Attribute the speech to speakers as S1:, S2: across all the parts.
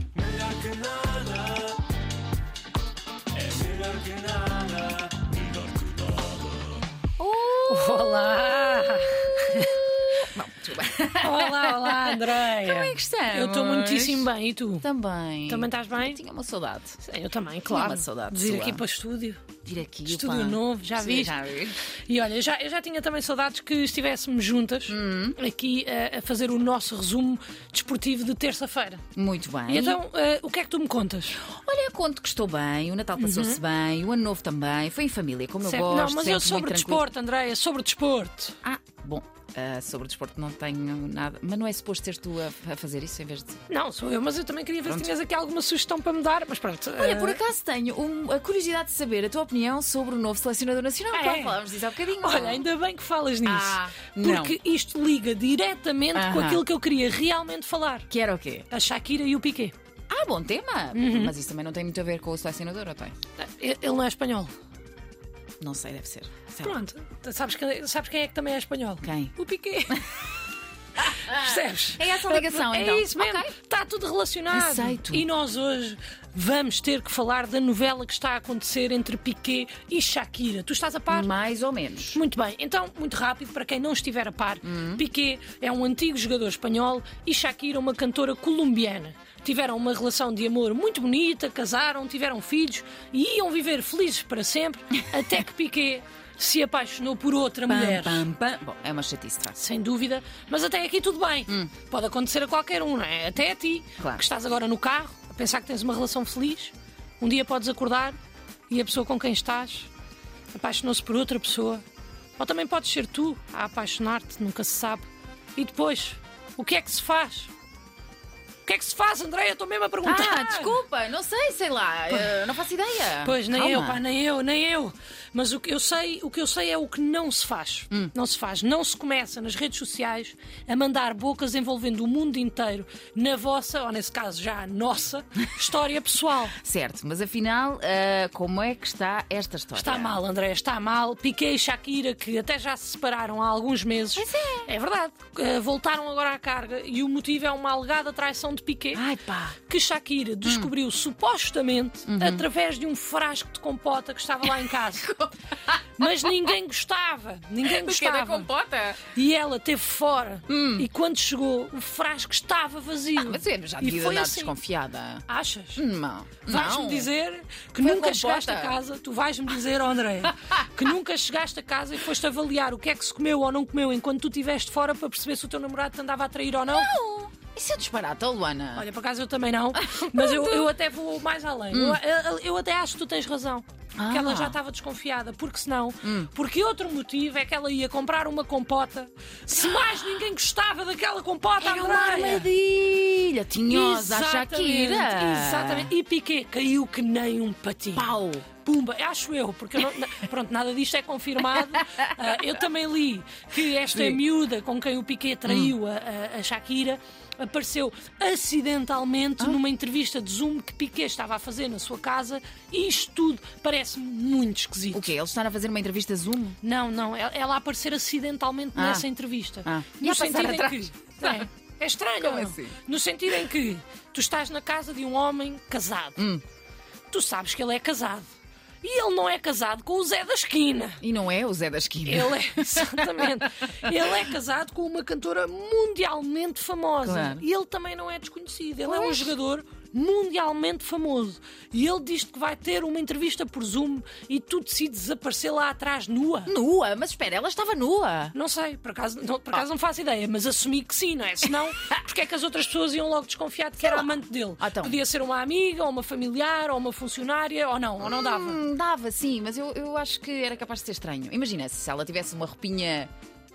S1: que nada. É melhor que nada. Melhor que nada.
S2: Olá!
S3: Não, tudo bem.
S2: Olá, olá, Andréia!
S3: Como é que estamos?
S2: Eu estou muitíssimo bem, e tu?
S3: Também. tá-
S2: Também estás bem?
S3: Tinha uma saudade.
S2: Sim, eu também, claro.
S3: uma saudade
S2: De ir
S3: sua.
S2: aqui para o estúdio.
S3: Vir aqui.
S2: Estúdio
S3: pá.
S2: novo, já
S3: Sim,
S2: viste?
S3: Já vi.
S2: E olha, já, eu já tinha também saudades que estivéssemos juntas
S3: Hum.
S2: aqui eh, a, fazer o nosso resumo desportivo de terça-feira.
S3: Muito
S2: E
S3: bem.
S2: então, eh, o que é que tu me contas?
S3: Olha, conto que estou bem, o Natal passou-se bem, o Ano Novo também, foi em família, como eu
S2: Certo?
S3: gosto.
S2: não, mas eu
S3: sempre
S2: sobre
S3: muito tranquilo.
S2: desporto, Andréia, sobre desporto.
S3: Ah, bom, ah, sobre desporto não tenho nada, mas não é suposto seres tu a, a fazer isso em vez de.
S2: Não, sou eu, mas eu também queria ver se tinhas aqui alguma sugestão para me dar, mas pronto. eh,
S3: Olha, por acaso tenho um- a curiosidade de saber a tua opinião sobre o novo selecionador nacional,
S2: É.
S3: que lá falámos disso há bocadinho.
S2: Olha, ainda bem que falas nisso.
S3: Ah, não.
S2: porque isto liga diretamente com
S3: Aham.
S2: aquilo que eu queria realmente falar.
S3: Que era o quê?
S2: A Shakira e o Piqué.
S3: Ah, bom tema! Mas isso também não tem muito a ver com o selecionador, ou tem?
S2: Ele não é espanhol.
S3: Não sei, deve ser. Sei lá.
S2: Pronto. Sabes, que- sabes quem é que também é espanhol?
S3: Quem?
S2: O Piqué. Percebes?
S3: É essa a ligação,
S2: é
S3: então.
S2: isso mesmo.
S3: Ok.
S2: Está tudo relacionado.
S3: Aceito.
S2: E nós hoje vamos ter que falar da novela que está a acontecer entre Piqué e Shakira. Tu estás a par?
S3: Mais ou menos.
S2: Muito bem, então, muito rápido, para quem não estiver a par,
S3: Hum.
S2: Piqué é um antigo jogador espanhol e Shakira uma cantora colombiana. Tiveram uma relação de amor muito bonita, casaram, tiveram filhos e iam viver felizes para sempre, até que Piqué se apaixonou por outra mulher.
S3: Pam, pam, pam. Bom, é uma chatice, de facto.
S2: Sem dúvida, mas até aqui tudo bem. Pode acontecer a qualquer um, não é? Até a ti,
S3: Hum. Claro.
S2: que estás agora no carro, a pensar que tens uma relação feliz, um dia podes acordar e a pessoa com quem estás apaixonou-se por outra pessoa. Ou também podes ser tu a apaixonar-te, nunca se sabe. E depois, o que é que se faz? O que é que se faz, Andréia? Estou mesmo a perguntar.
S3: Ah, desculpa, não sei, sei lá, eh, não faço ideia.
S2: Pois, nem
S3: Calma.
S2: eu, pá, nem eu, nem eu. Mas o que eu sei, o que eu sei é o que não se faz.
S3: Hum.
S2: Não se faz. Não se começa nas redes sociais a mandar bocas envolvendo o mundo inteiro na vossa, ou nesse caso já a nossa, história pessoal.
S3: Certo, mas afinal, eh, como é que está esta história?
S2: Está mal, André, está mal. Piqué e Shakira, que até já se separaram há alguns meses.
S3: Pois é.
S2: É verdade. Eh, Voltaram agora à carga e o motivo é uma alegada traição de Piqué.
S3: Ai pá.
S2: que Shakira
S3: Hum.
S2: descobriu supostamente
S3: Uhum.
S2: através de um frasco de compota que estava lá em casa. Mas ninguém gostava, ninguém gostava.
S3: compota? Hum.
S2: E ela teve fora. E quando chegou, o frasco estava vazio.
S3: Ah, Mas eu já
S2: E
S3: devia
S2: foi
S3: andar
S2: assim.
S3: desconfiada.
S2: Achas?
S3: Não.
S2: Vais-me
S3: Hum, não.
S2: dizer que
S3: Foi
S2: nunca
S3: compota.
S2: chegaste a casa, tu vais-me dizer, oh, André, que nunca chegaste a casa e foste avaliar o que é que se comeu ou não comeu enquanto tu estiveste fora para perceber se o teu namorado te andava a trair ou não.
S3: Não, Isso é disparate, ó, Luana.
S2: Olha, por acaso eu também não, mas eu, eu até vou mais além. Eu, eu- eu até acho que tu tens razão.
S3: Hum. Ah. Hum.
S2: Que ela já estava desconfiada, porque senão, porque outro motivo é que ela ia comprar uma compota se mais ninguém gostava daquela compota,
S3: Era É uma
S2: Andréia.
S3: armadilha, tinhosa, a
S2: tá Exatamente,
S3: Shakira.
S2: Exatamente. E Piqué caiu que nem um patinho.
S3: Pau.
S2: Pumba, acho eu, porque eu não- na- pronto, nada disto é confirmado. Ah, eu também li que esta
S3: Sim.
S2: miúda com quem o Piquet traiu a, a- a Shakira apareceu acidentalmente numa entrevista de Zoom que Piquet estava a fazer na sua casa e isto tudo parece-me muito esquisito.
S3: O quê? Eles estavam a fazer uma entrevista Zoom?
S2: Não, não, ela- ela a aparecer acidentalmente
S3: Ah.
S2: nessa entrevista.
S3: Ah. E
S2: No
S3: a passar
S2: sentido em
S3: atrás.
S2: que. É, é estranho.
S3: Como
S2: não?
S3: assim?
S2: No sentido em que tu estás na casa de um homem casado.
S3: Hum.
S2: Tu sabes que ele é casado. E ele não é casado com o Zé da Esquina.
S3: E não é o Zé da Esquina.
S2: Ele é, exatamente. Ele é casado com uma cantora mundialmente famosa.
S3: Claro.
S2: E ele também não é desconhecido. Ele é um
S3: Pois.
S2: jogador mundialmente famoso. E ele diz que vai ter uma entrevista por Zoom e tu decides aparecer lá atrás nua.
S3: Nua? Mas espera, ela estava nua.
S2: Não sei, por acaso, não,
S3: Ah.
S2: por acaso não faço ideia, mas assumi que sim, não é? Senão, porque é que as outras pessoas iam logo desconfiar de que era amante dele?
S3: Ah, então.
S2: Podia ser uma amiga, ou uma familiar, ou uma funcionária, ou não, ou não dava.
S3: Hum, dava, sim, mas eu, eu acho que era capaz de ser estranho. Imagina se ela tivesse uma roupinha,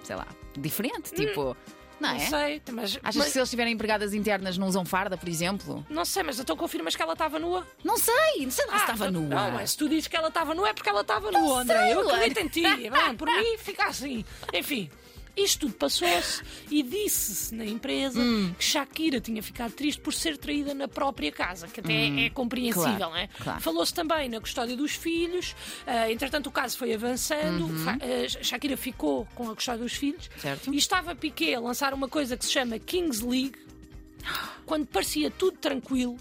S3: sei lá, diferente, tipo. Não
S2: Hum, Não
S3: é?
S2: sei, mas.
S3: Achas
S2: mas-
S3: que se eles tiverem empregadas internas não usam farda, por exemplo?
S2: Não sei, mas então confirmas que ela estava nua?
S3: Não sei, não sei lá se estava
S2: Ah, não-
S3: nua. Tá
S2: Não, mas se tu dizes que ela estava nua é porque ela estava nua,
S3: sei,
S2: André. Eu
S3: Luana.
S2: acredito em ti. Bem, por mim, fica assim. Enfim. Isto tudo passou-se e disse-se na empresa
S3: Hum.
S2: que Shakira tinha ficado triste por ser traída na própria casa, que até é compreensível,
S3: Hum. Claro,
S2: não é?
S3: claro.
S2: Falou-se também na custódia dos filhos, ah, entretanto o caso foi avançando, Fa- ah, Shakira ficou com a custódia dos filhos
S3: Uhum. Certo.
S2: e estava Piqué a lançar uma coisa que se chama Kings League, quando parecia tudo tranquilo,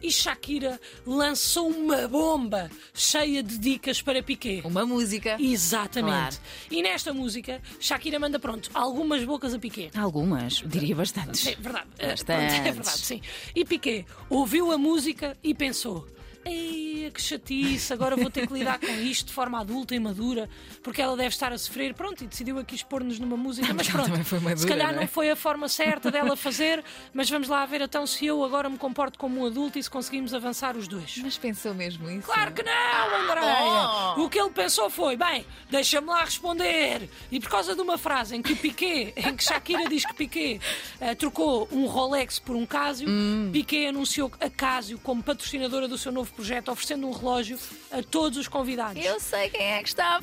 S2: e Shakira lançou uma bomba cheia de dicas para Piqué.
S3: Uma música.
S2: Exatamente.
S3: Claro.
S2: E nesta música, Shakira manda, pronto, algumas bocas a Piqué.
S3: Algumas, diria bastantes.
S2: É verdade. Eh, pronto, É
S3: Bastantes.
S2: verdade, sim. E Piqué ouviu a música e pensou. Ei, que chatice, agora vou ter que lidar com isto de forma adulta e madura, porque ela deve estar a sofrer. Pronto, e decidiu aqui expor-nos numa música, mas
S3: porque ela
S2: pronto,
S3: também foi madura,
S2: se calhar
S3: não é?
S2: não foi a forma certa dela fazer, mas vamos lá ver então se eu agora me comporto como um adulto e se conseguimos avançar os dois.
S3: Mas pensou mesmo isso?
S2: Claro que não, Andréia!
S3: Ah, bom.
S2: O que ele pensou foi: bem, deixa-me lá responder. E por causa de uma frase em que Piquet, em que Shakira diz que Piquet eh, trocou um Rolex por um Casio,
S3: Hum.
S2: Piquet anunciou a Casio como patrocinadora do seu novo projeto, oferecendo um relógio a todos os convidados.
S3: Eu sei quem é que está a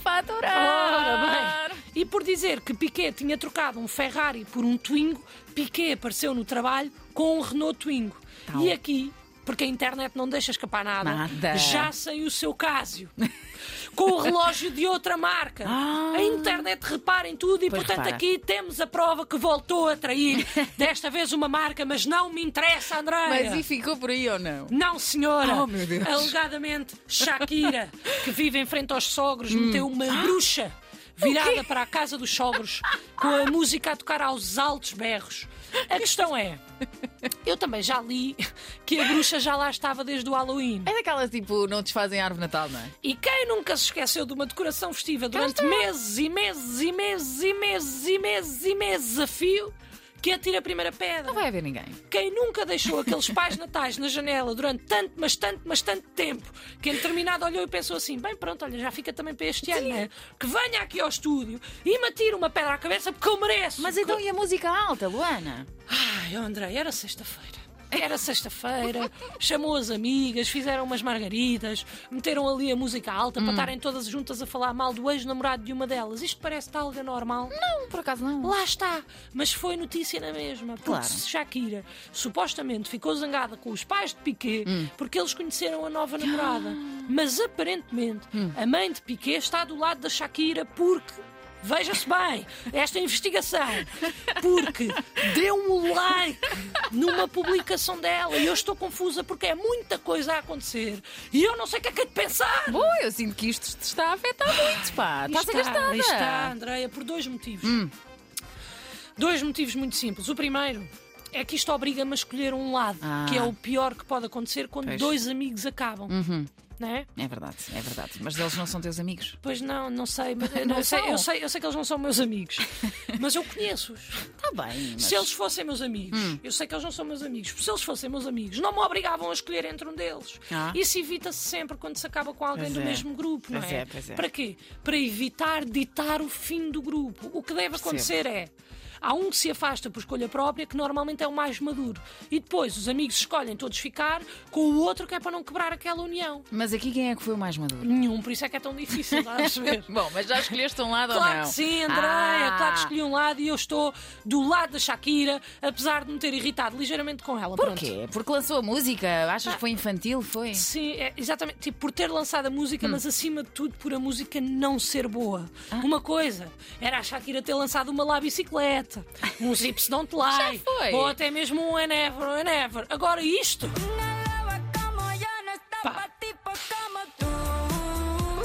S3: faturar.
S2: Ora bem. E por dizer que Piquet tinha trocado um Ferrari por um Twingo, Piquet apareceu no trabalho com um Renault Twingo.
S3: Tal.
S2: E aqui, porque a internet não deixa escapar nada,
S3: Nada.
S2: já sem o seu Casio. Com o relógio de outra marca.
S3: Ah.
S2: A internet repara em tudo e,
S3: Pois
S2: portanto,
S3: repara.
S2: aqui temos a prova que voltou a trair. Desta vez uma marca, mas não me interessa, Andréia.
S3: Mas e ficou por aí ou não?
S2: Não, senhora!
S3: Oh, meu Deus.
S2: Alegadamente, Shakira, que vive em frente aos sogros,
S3: Hum.
S2: meteu uma bruxa virada para a casa dos sogros com a música a tocar aos altos berros. A questão é: eu também já li que a bruxa já lá estava desde o Halloween.
S3: É daquelas tipo, não desfazem a árvore de natal, não é?
S2: E quem nunca se esqueceu de uma decoração festiva durante meses e meses e meses e meses e meses e meses a fio que atira a primeira pedra?
S3: Não vai haver ninguém.
S2: Quem nunca deixou aqueles pais natais na janela durante tanto, mas tanto, mas tanto tempo, que em determinado olhou e pensou assim: bem, pronto, olha, já fica também para este ano, né? que venha aqui ao estúdio e me atire uma pedra à cabeça porque eu mereço.
S3: Mas então e a música alta, Luana?
S2: Ai, oh, André, era sexta-feira. Era sexta-feira, chamou as amigas, fizeram umas margaridas, meteram ali a música alta
S3: Hum.
S2: para estarem todas juntas a falar mal do ex-namorado de uma delas. Isto parece algo normal.
S3: Não, por acaso não.
S2: Lá está, mas foi notícia na mesma, porque
S3: Claro.
S2: se Shakira supostamente ficou zangada com os pais de Piquet porque eles conheceram a nova namorada. Mas aparentemente a mãe de Piquet está do lado da Shakira porque. Veja-se bem esta investigação, porque deu um like numa publicação dela e eu estou confusa porque é muita coisa a acontecer e eu não sei o que é que é de pensar.
S3: Bom, eu sinto que isto te está a afetar muito, pá. Estás Hum.
S2: Está,
S3: agastada.
S2: Está, Andreia, por dois motivos. Dois motivos muito simples. O primeiro é que isto obriga-me a escolher um lado,
S3: Ah.
S2: que é o pior que pode acontecer quando
S3: Pois.
S2: dois amigos acabam. Não é?
S3: É verdade, é verdade. Mas eles não são teus amigos.
S2: Pois não, não sei. mas eu
S3: Não
S2: não sei, eu
S3: são.
S2: sei. Eu sei que eles não são meus amigos, mas eu conheço-os.
S3: Está Tá bem, mas... Hum.
S2: Se eles fossem meus amigos, eu sei que eles não são meus amigos, se eles fossem meus amigos, não me obrigavam a escolher entre um deles.
S3: Ah.
S2: Isso evita-se sempre quando se acaba com alguém
S3: Pois
S2: do
S3: é.
S2: mesmo grupo, não
S3: Pois
S2: é?
S3: é, pois é.
S2: Para quê? Para evitar ditar o fim do grupo. O que deve
S3: Percebo.
S2: acontecer é. Há um que se afasta por escolha própria, que normalmente é o mais maduro. E depois os amigos escolhem todos ficar com o outro que é para não quebrar aquela união.
S3: Mas aqui quem é que foi o mais maduro?
S2: Nenhum, por isso é que é tão difícil, estás a perceber?
S3: Bom, mas já escolheste um lado ou
S2: Claro
S3: não?
S2: que sim, Andréia,
S3: Ah,
S2: claro que escolhi um lado e eu estou do lado da Shakira, apesar de me ter irritado ligeiramente com ela. Pronto.
S3: Porquê? Porque lançou a música? Achas que foi infantil? Foi?
S2: Sim, é, exatamente. Tipo, por ter lançado a
S3: Hum.
S2: música, mas acima de tudo por a música não ser boa.
S3: Ah.
S2: Uma coisa era a Shakira ter lançado uma lá bicicleta, um Zips Don't Lie,
S3: Já foi.
S2: ou até mesmo um And Ever, and Ever. Agora isto.
S4: Una loba como yo no está
S2: Pa.
S4: pa' tipos como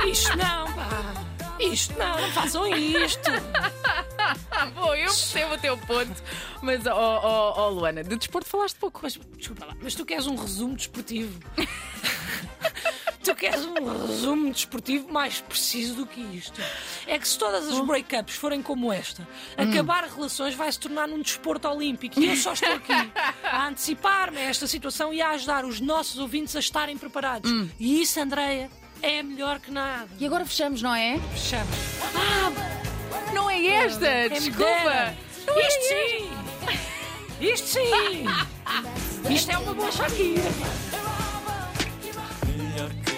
S4: tú.
S2: Isto não, pá. Isto não, não façam isto.
S3: Ah, bom, eu percebo o teu ponto. Mas, ó, ó, ó, Luana, de desporto falaste pouco.
S2: Mas, desculpa lá, mas tu queres um resumo desportivo? tu queres um resumo desportivo mais preciso do que isto? É que se todas as breakups forem como esta, acabar relações vai se tornar num desporto olímpico. E eu só estou aqui a antecipar-me a esta situação e a ajudar os nossos ouvintes a estarem preparados. E isso, Andreia, é melhor que nada.
S3: E agora fechamos, não é?
S2: Fechamos.
S3: Não é esta,
S2: Quem me
S3: desculpa.
S2: dera. Isto sim! Isto sim! Isto é uma boa Shakira.
S1: melhor que